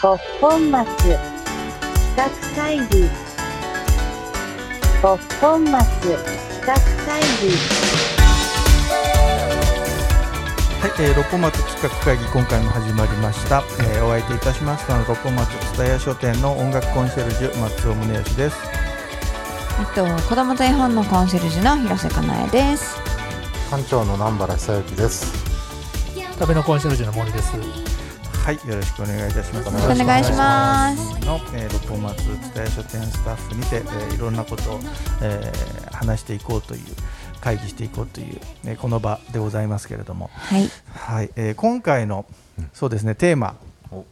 ごっぽん松企画会議ごっぽん松企画会議はい、えー、六本松企画会議今回も始まりました、えー、お相手いたしましたのは六本松蔦屋書店の音楽コンシェルジュ松尾宗義ですえっと、子供と絵本のコンシェルジュの広瀬かなえです。館長の南原久之です。食べのコンシェルジュの森です。はいよろしくお願いいたしますおよろしくお願いしますす。の、えー、六本松蔦屋書店スタッフにて、えー、いろんなことを、えー、話していこうという会議していこうという、ね、この場でございますけれどもはい。はい、えー、今回のそうですねテーマお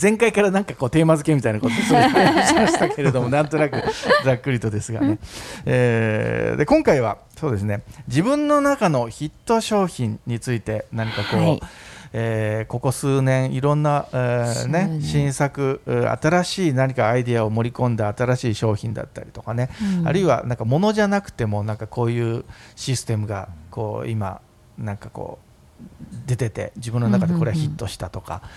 前回からなんかこうテーマ付けみたいなことすごい話しましたけれ どもなんとなくざっくりとですがね、えーで今回はそうですね自分の中のヒット商品について何かこう、はいえーここ数年いろんな、えーねそうね新作えー新しい何かアイデアを盛り込んだ新しい商品だったりとかね、あるいはなんか物じゃなくてもなんかこういうシステムがこう今なんかこう出てて自分の中でこれはヒットしたとか、うん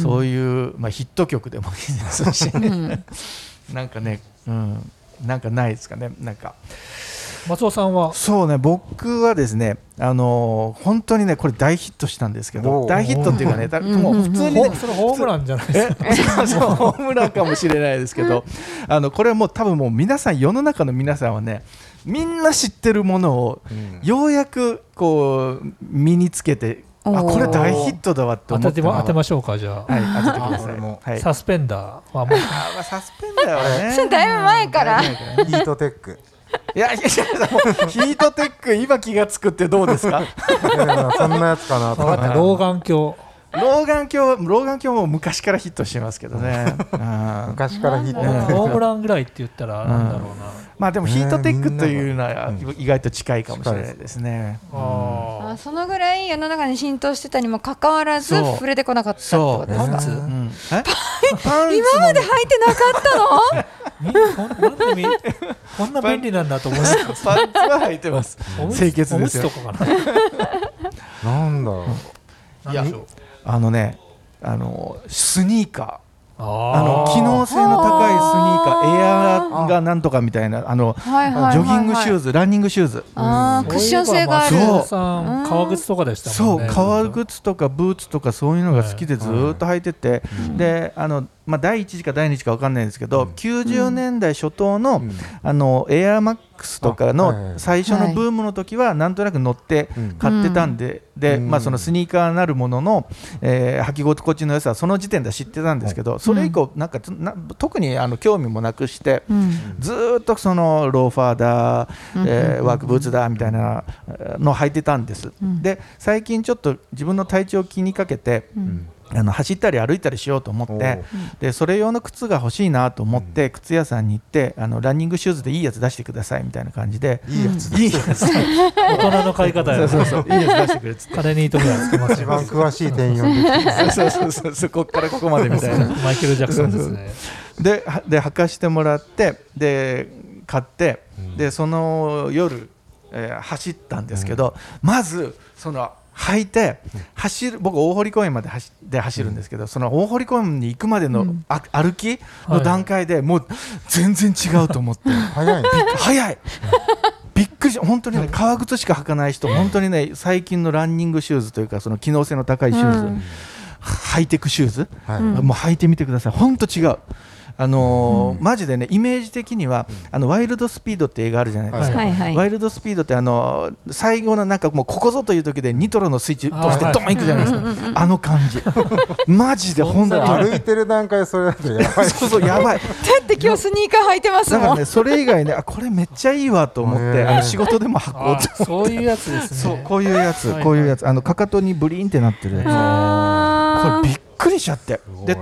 そういう、まあ、ヒット曲でもいいですし、うん なんかね、うん、なんかないですかねなんか松尾さんは、そうね僕はですねあのー本当にねこれ大ヒットしたんですけどおー大ヒットっていうかねだもう普通にねほそれホームランじゃないですか。え そうそうホームランかもしれないですけどあのこれはもう多分もう皆さん世の中の皆さんはねみんな知ってるものをようやくこう身につけてあおーこれ大ヒットだわって当思てっててのまは当てましょうかじゃあ。はい当ててくだあさい俺もはい、サスペンダーはもうあまあサスペンダーはねそれ だいぶ前かだらいぶ前からヒートテック。いやいやいやもうヒートテック今気がつくってどうですか いやいやそんなやつかなと思分っかったて。老眼鏡。老眼鏡は老眼鏡も昔からヒットしてますけどねうん昔からヒートテなんだろック。ホームランぐらいって言ったらうんなんだろうな。まあでもヒートテックというのはねみんな意外と近いかもしれないですね。ああそのぐらい世の中に浸透してたにもかかわらずそう触れてこなかったってことですパンかツう。ん、えパンツ今まで履いてなかった のみこんなんでみこんな便利なんだと思います。パンツは履いてますおむつ 清潔ですおよむつとかかな。なんだろう。なんでしょう。あのねあのスニーカーあのあ機能性の高いスニーカーエあアーがなんとかみたいなあのはいはいはい、はい、ジョギングシューズランニングシューズああクッション性があるそう松尾さん革靴とかでしたもそんね。う革。靴とかブーツとかそういうのが好きでずーっと履いてて、うんであの、まあ、第1次か第2次か分かんないんですけど、90年代初頭の,、うんあのエアマックスとかあはいはいはのい最初のブームの時はなんとなく乗ってうん買ってたんで,、でうんまあ、そのスニーカーなるものの、えー履き心地の良さはその時点では知ってたんですけど、それ以降なんかつな特にあの興味もなくして。うんずーっとそのローファーだ、えーワークブーツだみたいなのを履いてたんです、うんで最近ちょっと自分の体調を気にかけてうんあの走ったり歩いたりしようと思っおてでそれ用の靴が欲しいなと思って、靴屋さんに行ってあのランニングシューズでいいやつ出してくださいみたいな感じでいいやつだ。いいやつそう大人の買い方や。そうそういいやつ出してくれっつって金に糸ぐらいつけます一よ。番詳しい店員をできてそうそうそうそうこっからここまでみたいなマイケル・ジャクソンですね。ではで履かしてもらってで買って、うんでその夜、えー走ったんですけど、まずその履いて走る僕大堀公園まで走で走るんですけど、その大堀公園に行くまでの、あ歩きの段階で、もう全然違うと思って。早いね。早いびっくりした本当にね革靴しか履かない人本当にね最近のランニングシューズというかその機能性の高いシューズ、うんハイテクシューズ、はいもう履いてみてください本当違うあのーマジでねイメージ的には、あのワイルドスピードって映画あるじゃないですか、はいはいワイルドスピードってあのー最後のなんかもうここぞという時でニトロのスイッチとしてあードーンいくじゃないですかあの感じマジで本当に歩いてる段階でそれだとやばい。 そうそうやばいだって今日スニーカー履いてますだかもらん、ねそれ以外ねあこれめっちゃいいわと思って、へーあの仕事でも履こうあとそういうやつですね。そうこういうやつ、はいこういうやつあのかかとにブリーンってなってるやつあこれびっくりしちゃってで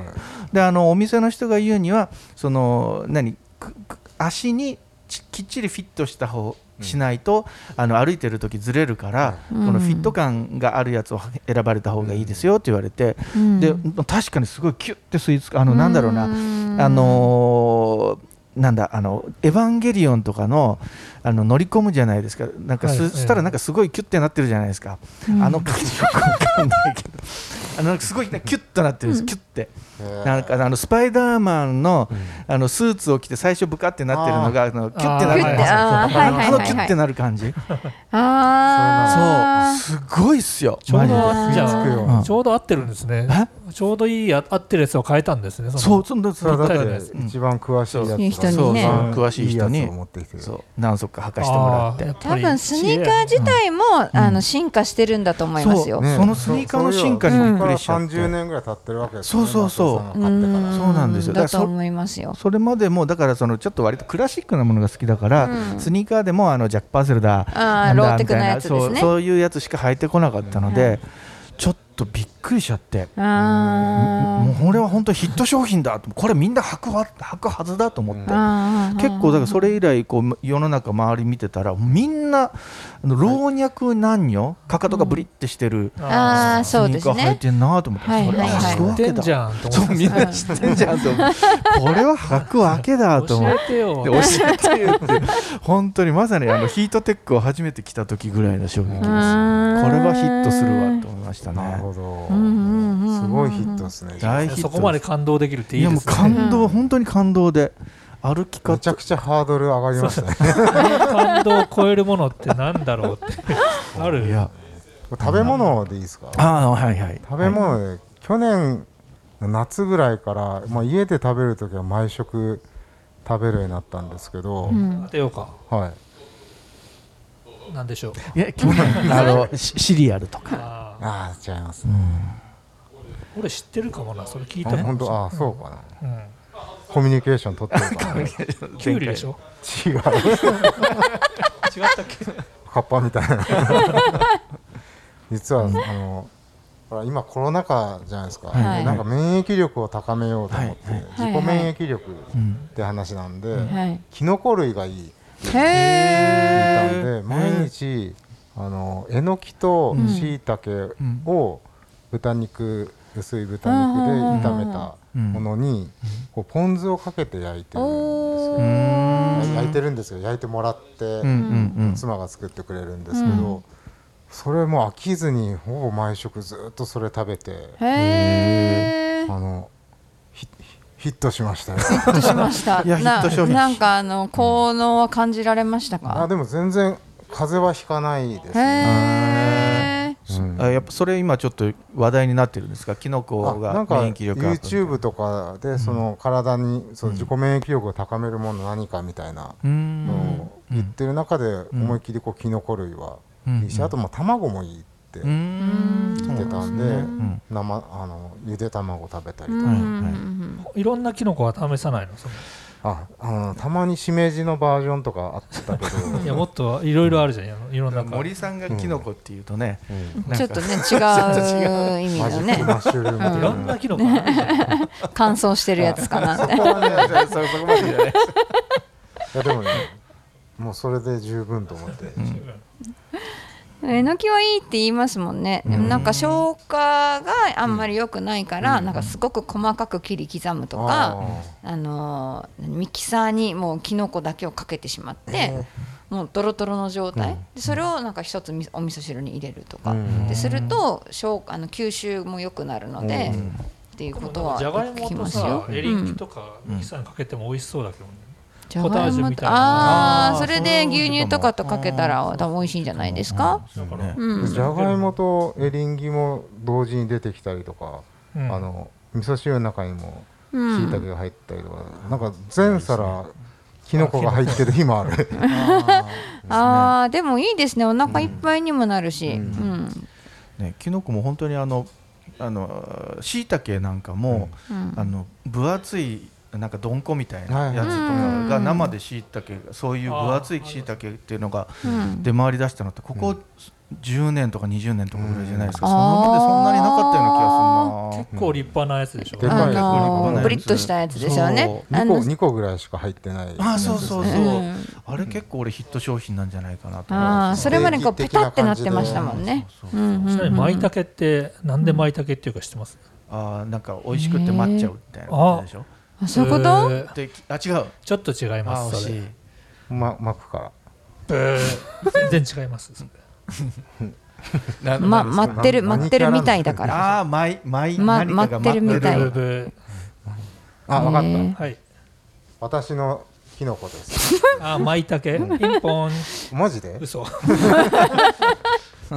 であのお店の人が言うにはその何くく足にちきっちりフィットした方しないと、あの歩いてる時ずれるから、うんこのフィット感があるやつを選ばれた方がいいですよって言われて、うんで確かにすごいキュッて吸い付くあのなんだろうな、んあのーなんだあのエヴァンゲリオンとかのあの乗り込むじゃないですかなんかす、はいそしたらなんかすごいキュッてなってるじゃないですか、あの感じよくわかんないけどあのなんかすごいねキュッとなってるんです、キュッってへー なんかあのスパイダーマンの,、あのスーツを着て最初ブカってなってるのがあのキュッてなるあ感ーじあーはいはいはいはいあのキュッてなる感じああそうすごいっすよちょうどマジであじつくよゃうあんちょうど合ってるんですねちょうどいいあ合ってるやつを変えたんですねのそうそんなそれはぴったりだでっすて一番詳しいやつがいい人そにうそうね詳しい人いにやつを持ってきてそう何足か履かしてもらってあやっ多ぱり分スニーカー自体も、あの進化してるんだと思いますよ、うそのスニーカーの進化にびっくりしちゃって30年ぐらい経ってるわけですよねそうそうそう松井さんが買ってからそうなんですよだかだらそと思いますよそれまでもだからそのちょっと割とクラシックなものが好きだから、うんスニーカーでもあのジャック・パーセルだなあーんだローテクなやつですねみたいなそうそういうやつしか履いてこなかったので、ちょっとびっくりしちゃって。もあうこれは本当ヒット商品だとこれみんな履くわ履くはずだと思って、ーあー結構だからそれ以来こう世の中周り見てたらみんなあの老若男女かかとがブリってしてるあースそうニでーカすー履いねてんなと思って、はいそれはいあはいそういうわ知ってけんだじゃんとそ思っうてみんな知ってんじゃんと思ってこれは履くわけだと教思 ってえてよで教えてよって本当にまさにあのヒートテックを初めて着た時ぐらいの衝撃ですこれはヒットするわと思いましたなるほねどんうんうんうんすごいヒットですね大ヒットそこまで感動できるっていいいやでもうすね感動本当に感動で歩きめちゃ方くちゃハードル上がりましたね感動を超えるものってなん だろうってあいるや食べ物でいいですかああはいはい食べ物で去年の夏ぐらいからまあ家で食べるときは毎食食べるようになったんですけど当てようかはいなんでしょういや基本 あのシシリアルとかあーああ違いますね俺知ってるかもなそれ聞いあたも本ん当あそうかなうんコミュニケーション取ってるからねきゅうりでしょ違う違ったっ け葉っぱみたいな実はあのほら今コロナ禍じゃないですか、はいなんか免疫力を高めようと思って、はい自己免疫力って話なんで、はいキノコ類がいいってへえ言ったんで、毎日あのえのきとしいたけを豚肉薄い豚肉で炒めたものにこうポン酢をかけて焼いてるんですよ焼いてるんですよ焼いてもらって。うんうん妻が作ってくれるんですけど、それも飽きずにほぼ毎食ずっとそれ食べてへえあのヒヒットしましたねヒットしましたいやなヒット商品なんかあの効能は感じられました あかでも全然風邪はひかないですへね、えうんうんあやっぱそれ今ちょっと話題になってるんですかキノコあながんか免疫力アップ YouTube とかでその体にその自己免疫力を高めるもの何かみたいなうーのんを言ってる中で思いっきりこうキノコ類はいいし、うんあともう卵もいいってうーん言ってたんで、ん生あのゆで卵食べたりとかうんうんうんいろんなキノコは試さないのそのあ、あのたまにしめじのバージョンとかあったけど、 いやもっといろいろあるじゃんいろいろんな中森さんがキノコっていうとね、うんなんかちょっとね違う意味マジのックねマッシュルームいとろかんねなキノコあるじゃん乾燥してるやつかなってそこはねじゃあそそこまでじゃないいやでもね、もうそれで十分と思って。えのきはいいって言いますもんねでもなんか消化があんまり良くないから、なんかすごく細かく切り刻むとか、あのーミキサーにもうきのこだけをかけてしまって、もうドロドロの状態、でそれをなんか一つみお味噌汁に入れるとか、うんですると消あの吸収も良くなるので、っていうことはじゃがい聞もきとますよさ。エリンギとかミキサーにかけても美味しそうだけどねじゃポタがーいジュもみたといなああーあーそれで牛乳とかとかけたら多分美味しいんじゃないですか。そうねうんじゃがいもとエリンギも同時に出てきたりとか、うんあの味噌汁の中にもうん椎茸が入ったりとか、なんか全皿キノコが入ってる日もある。ああでもいいですねお腹いっぱいにもなるし、うんね、キノコも本当にあのあの椎茸なんかも、うんあの分厚いなんかどんこみたいはいなはいやつとかうがん生で椎茸がそういう分厚い椎茸っていうのがうん出回りだしたのってここ10年とか20年とかぐらいじゃないですか、うんそのまでそんなになかったような気がするな結構立派なやつでしょであかいのー、ブリッとしたやつですよねそ。あ二個の二個ぐらいしか入ってない。あーそうそうそう、うんあれ結構俺ヒット商品なんじゃないかなと思いあまあすそれまでこうペタってなってましたもんね。そううそうんうんちなみに舞茸ってなんで舞茸っていうか知ってますあーなんか美味しくて待っちゃうみたいなことでしょ、あそういうこと？えーであ違うちょっと違いあまー惜すそしれいま巻くから。えー全然違いますそれななま、んですか待ってる何待ってるみたいだからああ、まい、まい、ま何かが待ってるみたいブブブあ分かっえたーはい私のキノコですあまいたけピンポンマジで嘘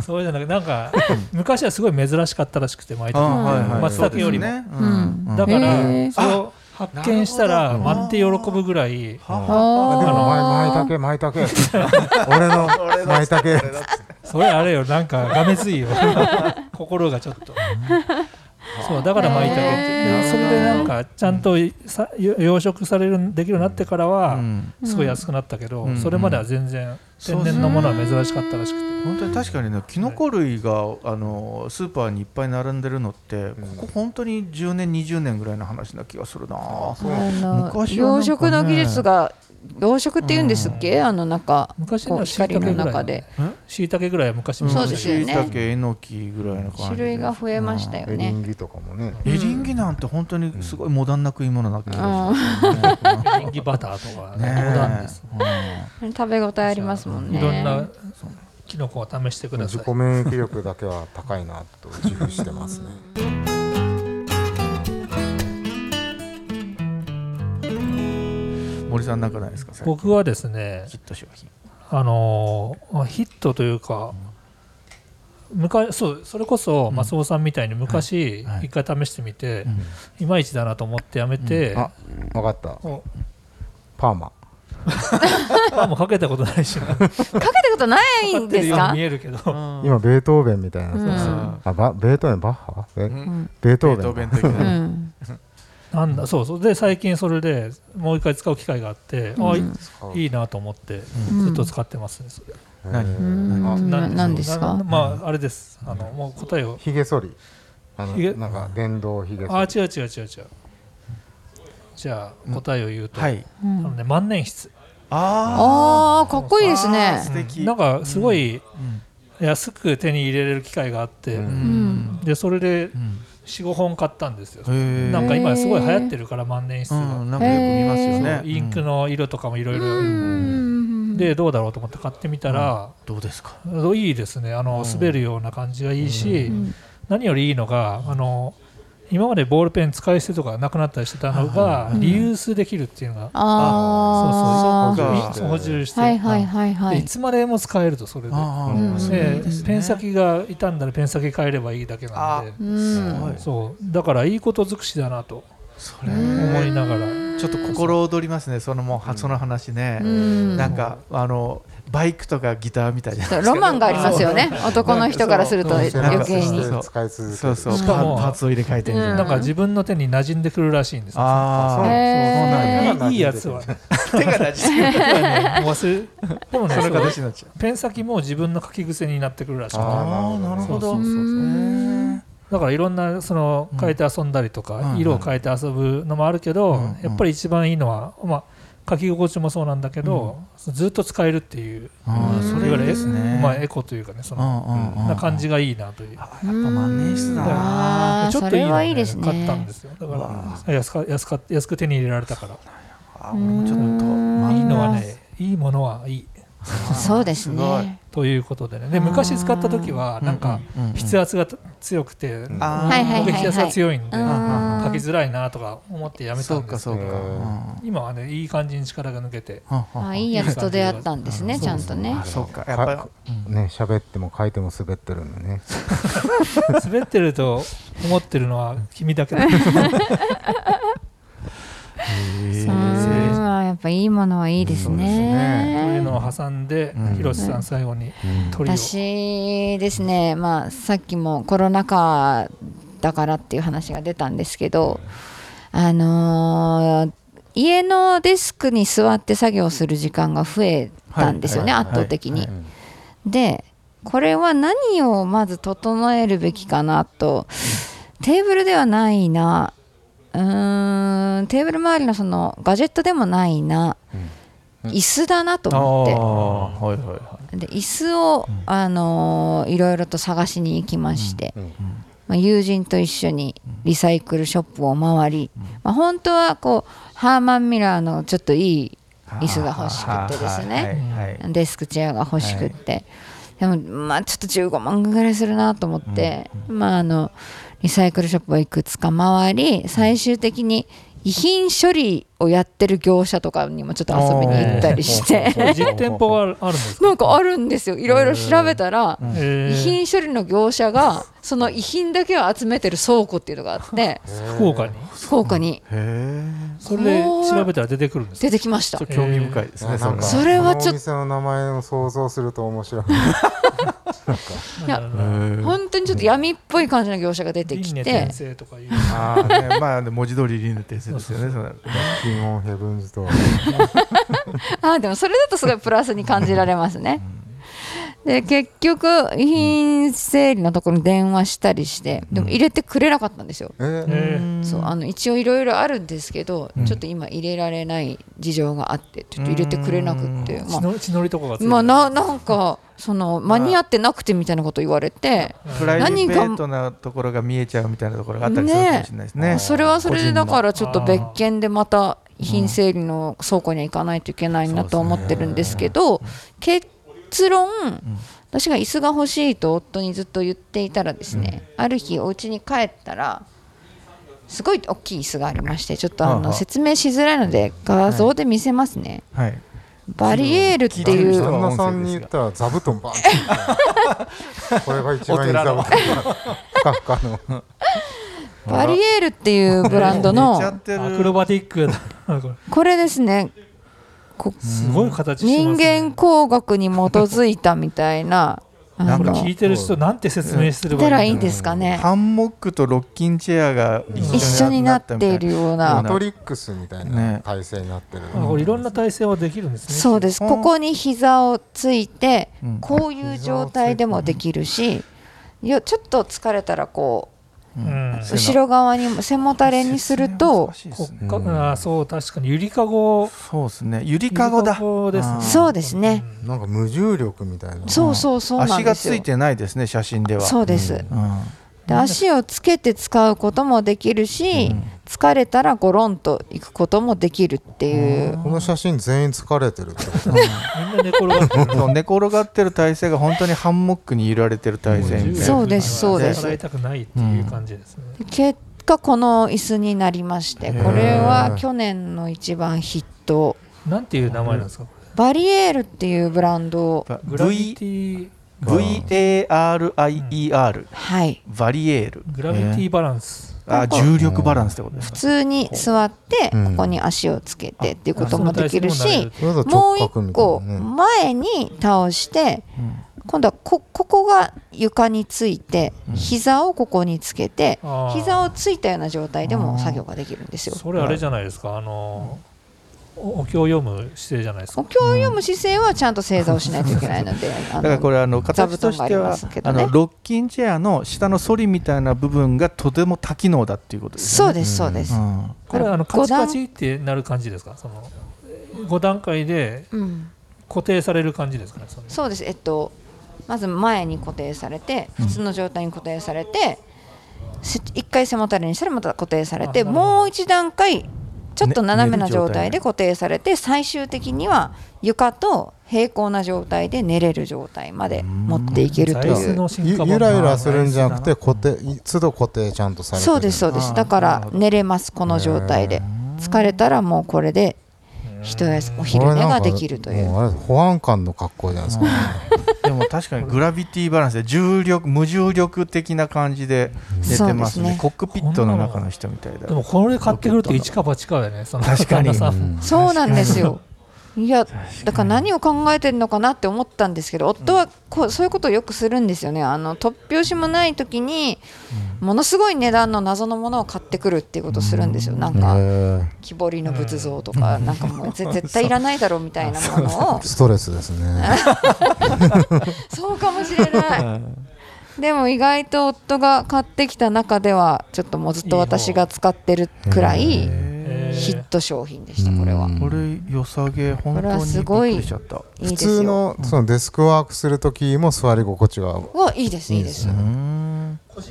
そうじゃなくなんか昔はすごい珍しかったらしくてまいあたはいはい松茸よりもそうですねううんんけだかへーらそれを発見したらなる待って喜ぶぐらいはあでもまいあたけまいたけ俺のまいたけそれあれよなんかがめついよ心がちょっとそうだからまいたけってへーそれでなんかちゃんとさよ養殖されるできるようになってからあは、うんすごい安くなったけど、うんそれまでは全然そう天然のものは珍しかったらしくて、本当に確かにね、キノコ類があのスーパーにいっぱい並んでるのって、ここ本当に10年、20年ぐらいの話な気がするな。そうあの昔はな養んかね殖の技術が養殖って言うんですっけ、あの中昔このはう椎光茸のぐら中いで椎茸ぐらいは昔うん見そうまでしすたよけね椎茸、えのきぐらいの感じ種で。類が増えましたよエリンね、ギとかもねエリンギなんて本当にすごいモダンな食い物な気がしますよど、エリンギバターとかね。ね モダンですね食べ応えありますもんねいろんなキノコを試してくだ自さい己免疫力だけは高いなと自負してますねうん森さんなんかないですか。最近僕はですねヒット商品。あのーまあヒットというか昔そうそれこそん松尾さんみたいに昔一、はいはい回試してみて、い、まいちだなと思ってやめて、あ分かったもうパーマパンもかけたことないしかかかっけたことないんてでるすようにか見えるけど今ベートーベンみたいなうやんつあバベートーベンバッハえうんベーベトートーーベベンン的うな。んなんだそうそうで最近それでもう一回使う機会があって、あいいいなと思ってずっと使ってますね、それ何うんななんですなかまああれですあのもう答えをヒゲ剃りあのひげなんか電動ヒゲあ剃り違う違う違う違うじゃあ答えを言うと、はい。うあんのね、万年筆ああーかっこいいですね素敵うんなんかすごい安く手に入れれる機会があって、あ。ううんん。でそれでうん45本買ったんですよ、へえ。なんうか今すごい流行ってるから万年筆が、ん。なんかよく見ますよね。インクうん。の色とかもいろいろうんでどうだろうと思って買ってみたら、どうですか。いいですねあのうん滑るような感じがいいし、ん何よりいいのがあの今までボールペン使い捨てとかなくなったりしてたのがリユースできるっていうのが、そうそうそうああかみ補充して、はいはいはいはでいいつまでも使えるとそれでああうんそうでですねペン先が傷んだらペン先変えればいいだけなんでうんはいそうだからいいこと尽くしだなとそれ。思いながら、ちょっと心躍りますね。そのもうその話ね。うんなんかあのバイクとかギターみたいな。そうロマンがありますよね男の人からすると背中余と計にして使い続けるそうそう。しパかもパーツを入れ替えてみたいな。なんか自分の手に馴染んでくるらしいんですよあそうあ。へいーいいいやつはねそうなんだ。手が出し。忘れでもねそのそう形になっちゃう。ペン先も自分の書き癖になってくるらしいあーなるほどそうそうそうそうへーだからいろんなその変えて遊んだりとうんうんか、うん色を変えて遊ぶのもあるけど、うんうんやっぱり一番いいのは、まあ、書き心地もそうなんだけど、ずっと使えるっていうああ、それいぐわゆるらいエですね。まあ、エコというかねそうんの、うんうん。な感じがいいなという。あ。やっぱ万年筆だな。あーちょっそといいれのはいねいですね買ったんですよだから安か安か安く手に入れられたからあ俺もちょっと万いい年のはねいいものはいいそうですすごねということでねで昔使った時はなんかうんうんうん筆圧が強くて、あーはいはい攻はい撃圧が強いんで、うん書きづらいなとか思ってやめそたうんでかすそうか。えーうん今はねいい感じに力が抜けてははあいいやつと出会ったんですねちゃんとねあそうか。やっぱりかね喋っても書いても滑ってるのね滑ってると思ってるのは君だけだうんあやっぱいいものはいいですねというのを挟んでうん広瀬さん最後に鳥を私ですね、まあ、さっきもコロナ禍だからっていう話が出たんですけど、あのー家のデスクに座って作業する時間が増えたんですよね、はいはい圧倒的に。はいうんでこれは何をまず整えるべきかなとテーブルではないなうーんテーブル周りのそのガジェットでもないな、椅子だなとあ思って。あはいはいはい。で椅子を、あのーいろいろと探しに行きまして、うんまあ、友人と一緒にリサイクルショップを回り、まあ、本当はこうハーマン・ミラーのちょっといい椅子が欲しくてですねはいはいはいデスクチェアが欲しくって、でもまあちょっと15万ぐらいするなと思って、まああのリサイクルショップをいくつか回り最終的に遺品処理をやってる業者とかにもちょっと遊びに行ったりしてそういう実店舗があるんですかなんかあるんですよいろいろ調べたら、えー遺品処理の業者がその遺品だけを集めてる倉庫っていうのがあって福岡に福岡にへえそれで調べたら出てくるんですか出てきましたそれ興味深いですね、あそなれんかはそれはちょっとあのお店の名前を想像すると面白いいやなんだろうなへえ本当にちょっと闇っぽい感じの業者が出て輪き廻て転生とかいうあーねまあ文字通り輪廻転生ですよねそれはキモンヘブンズとあーでもそれだとすごいプラスに感じられますね。で結局遺品整理のところに電話したりしてでも入れてくれなかったんですよ。ええーそうあの一応いろいろあるんですけど、うんちょっと今入れられない事情があってちょっと入れてくれなくって、ま血の血のりとかがついあ、てるまあ、ななんかその間に合ってなくてみたいなこと言われて、プライベ何がートなところが見えちゃうみたいなところがあったりするかもしれないですねねそれはそれでだかららちょっと別件でまた遺品整理の倉庫には行かないといけないなと思ってるんですけど結論私が椅子が欲しいと夫にずっと言っていたらですねある日お家に帰ったらすごい大きい椅子がありましてちょっとあああの説明しづらいので画像で見せますねはいバリエールってい聞いてる人う旦那さんに言ったら座布団バンって言ったよ これが一番いい座布団おふかふかのバリエールっていうブランド 寝ちゃっのてるアクロバティックだなこれこれですねこすごい形してま人すね間工学に基づいたみたいななあんかの聞いてる人なんて説明すればたらいいいいんんだですかね。ハンモックとロッキンチェアが一緒になっていよるようマな。トリックスみたいな体勢になってる、あこれいろんな体勢はできるんですねそうです。うんここに膝をついてうん、こういう状態でもできるし、よちょっと疲れたらこううんんう後ろ側に背もたれにすると、こっこっかかあそう確かにゆりかごそうですねゆりかごだゆりかごですねあーそうですね。なんか無重力みたいなそうそうそうなん足でがすついよ。てないですね写真ではそうです。うんで足をつけて使うこともできるし、疲れたらゴロンと行くこともできるっていう。この写真全員疲れてるってことみんな寝転がってるそう寝転がってる体勢が本当にハンモックに揺られてる体勢みたいな そうですそうです払いたくないっていう感じですね、結果この椅子になりましてーこれは去年の一番ヒットなんていう名前なんですかバリエールっていうブランドをグラビ V ティ VARIER はいバリエールグラビティバランス、えーあ重力バランスってことです普か通に座ってうこんこに足をつけてっていうこともできるその体勢しも慣れそれだともう直一角みたい個なね前に倒して今度はこここが床について膝をここにつけてあー膝をついたような状態でも作業ができるんですよ。それあれじゃないですかあのおお経を読む姿勢じゃないですおか経を読む姿勢はちゃんと正座をしないといけないのでだあのからこれあの形としては座布団がありますけどあねのロッキンチェアの下の反りみたいな部分がとても多機能だっていうことですそようねですそうです。うんこれあのカ五チカ段チってなる感じですかその5段階でうん固定される感じですかねそのそうです、えっと、まず前に固定されて普通の状態に固定されて、せ一回背もたれにしたらまた固定されてあなるほどもう一段階ちょっと斜めなね寝る状状態態で固定されて、最終的には床と平行な状態で寝れる状態まで持っていける座と椅い子う。の進ゆ化版ゆらゆらするんじゃなくて固定都度固定ちゃんとされてるそうですそうであすーだなかるらほど寝れますこの状態で疲れたらもうこれで一休みお昼寝ができるといこれなんうかもうあれ保安官の格好じゃないですか、でも確かにグラビティバランスで重力無重力的な感じで寝てますそうですねねコックピットの中の人みたいだでもこれ買ってくると一か八かだよねその確かに旦那さんうんそうなんですよ。いやだから何を考えてるのかなって思ったんですけど夫はこうそういうことをよくするんですよねあの突拍子もない時にものすごい値段の謎のものを買ってくるっていうことをするんですよなんかへえ木彫りの仏像とかなんかもうぜ 絶対いらないだろうみたいなものをストレスですねそうかもしれ ないでも意外と夫が買ってきた中ではちょっともうずっと私が使ってるくらいえヒッート商品でした これはうんこれ良さげ本これ当はにすごいびっくりしちゃったいい普ですよ通のそのデスクワークする時も座り心地がわいいですいいですうーん腰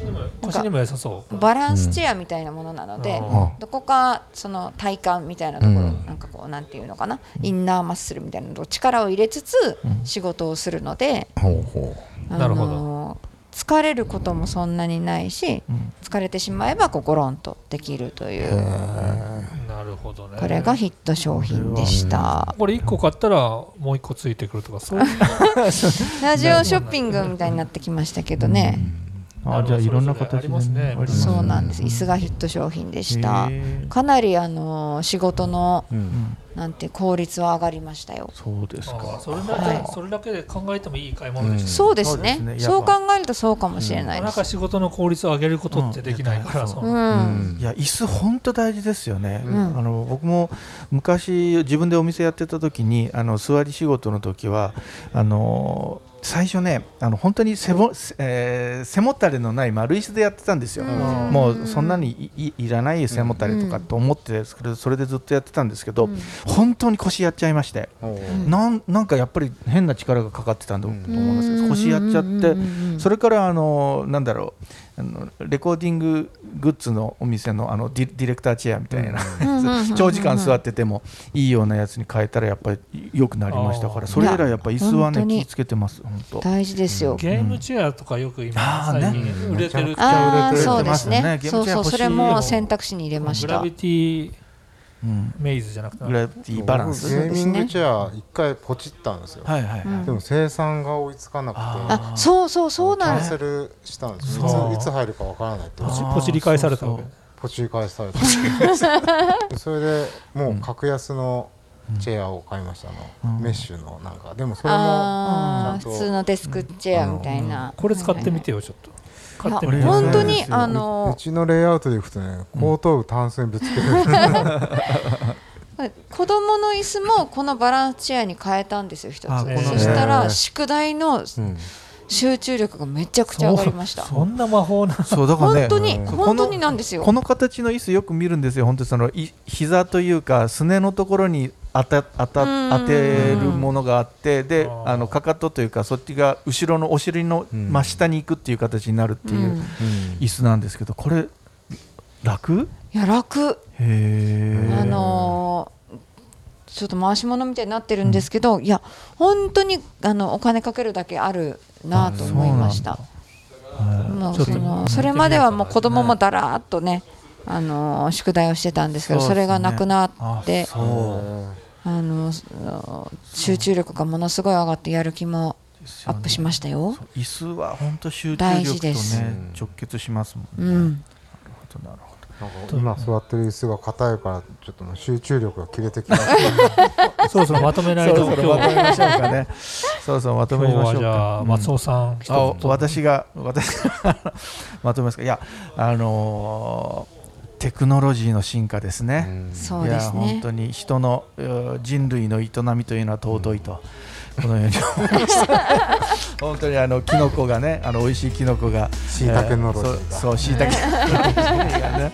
にも良さそうバランスチェアみたいなものなので、うんどこかその体幹みたいなところ、うんなんかこうなんていうのかなインナーマッスルみたいなのを力を入れつつ仕事をするので、ほうほあのーなるほど疲れることもそんなにないし、ん疲れてしまえばこうゴロンとできるというなるほどねこれがヒット商品でした、これ1個買ったらもう1個ついてくるとかそういうラジオショッピングみたいになってきましたけどね、あじゃあいろんな形でありますねありますそうなんです椅子がヒット商品でしたへーかなりあのー仕事のうんなんて効率は上がりましたよそうですあーか。それだけ、はいそれだけで考えてもいい買い物でうんす、そうですねそうですねそう考えるとそうかもしれなないん、でなすか仕事の効率を上げることってできないから、うんそうんの、うんいや椅子本当大事ですよね。うんあの僕も昔自分でお店やってた時にあの座り仕事の時はあの最初ねあの本当に背も、えー背もたれのない丸椅子でやってたんですよ。うんもうそんなにいいいらない背もたれとかと思ってそれそれでずっとやってたんですけど、うん本当に腰やっちゃいまして。おうなんなんかやっぱり変な力がかかってたんだと思いますけど腰やっちゃってそれからあのなんだろうあのレコーディンググッズのお店のあのディディレクターチェアみたいなやつ長時間座っててもいいようなやつに変えたらやっぱり良くなりましたからあーそれ以来やっぱ椅子はいやね本当気にをつけてます本当。大事ですよゲームチェアとかよく今あーね最近売れてるけど、ああ売れてるそうです売れねてますねそゲームうそうチェア欲しいそれも選択肢に入れましグラたビティうんメイズじゃなくてグラビティバラン僕ス。ゲはーミングチェア一回ポチったんですよ、いはいはい。でも生産が追いつかなくてああそうそうそうキなんャンですセルしたんですそよういついつ入るかわからないってポチあーポチり返されたわけそうポチり返され てそれでもう格安のチェアを買いましたあの、うんメッシュのなんかでもそれもああち普ゃんと通のデスクチェアみたいなこれ使ってみてよちょっとい買やってみていや本当そうにですよあうのちのレイアウトでいくとね後頭部タンスにぶつける、子供の椅子もこのバランスチェアに変えたんですよ一つあこのそしたら宿題のうん集中力がめちゃくちゃ上がりましたそんな魔法 なそうだからね本当にうん本当になんですこよの形の椅子よく見るんですよ、本当にそのい膝というか、すねのところに当た当うんた当てるものがあって、であーあのかかとというか、そっちが後ろのお尻のうん真下に行くっていう形になるっていううん椅子なんですけど、これ、楽いや楽へーあのーちょっと回し物みたいになってるんですけど、いや本当にあのお金かけるだけあるなと思いました。もうちょっそとのそれまではもう子供もだらーっとね、あのー宿題をしてたんですけど、そうそですねれがなくなって、あそうあのーその集中力がものすごい上がってやる気もですアよねップしましたよ。そう椅子は本当集中大力事とですね直結しますもんうね。ん、なるほどなるほどなんか今座ってる椅子が硬いからちょっともう集中力が切れてきましたそろそろまとめないそとろそろ今まと日めましょうかね。そうそうまと今め日ましょはうじかゃ。あ松尾さん、あ私が私 まとめますかいやあのーテクノロジーの進化ですね、そういでやす本ね当。に人のうー人類の営みというのは尊いと、このよう に思いました本当にあのキノコがねあの美味しいキノコが椎茸のロジーえがーそうそう椎茸がね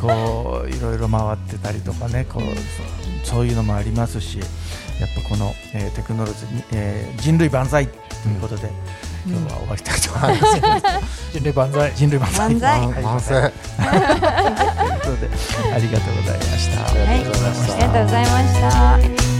こういろいろ回ってたりとかねこうそうそういうのもありますしやっぱこの、えーテクノロジーに、えー人類万歳ということで、今日は終わりたいと思います。人類万歳 人類万歳万歳万反省ということでありがとうございました。はい、ありがとうございました。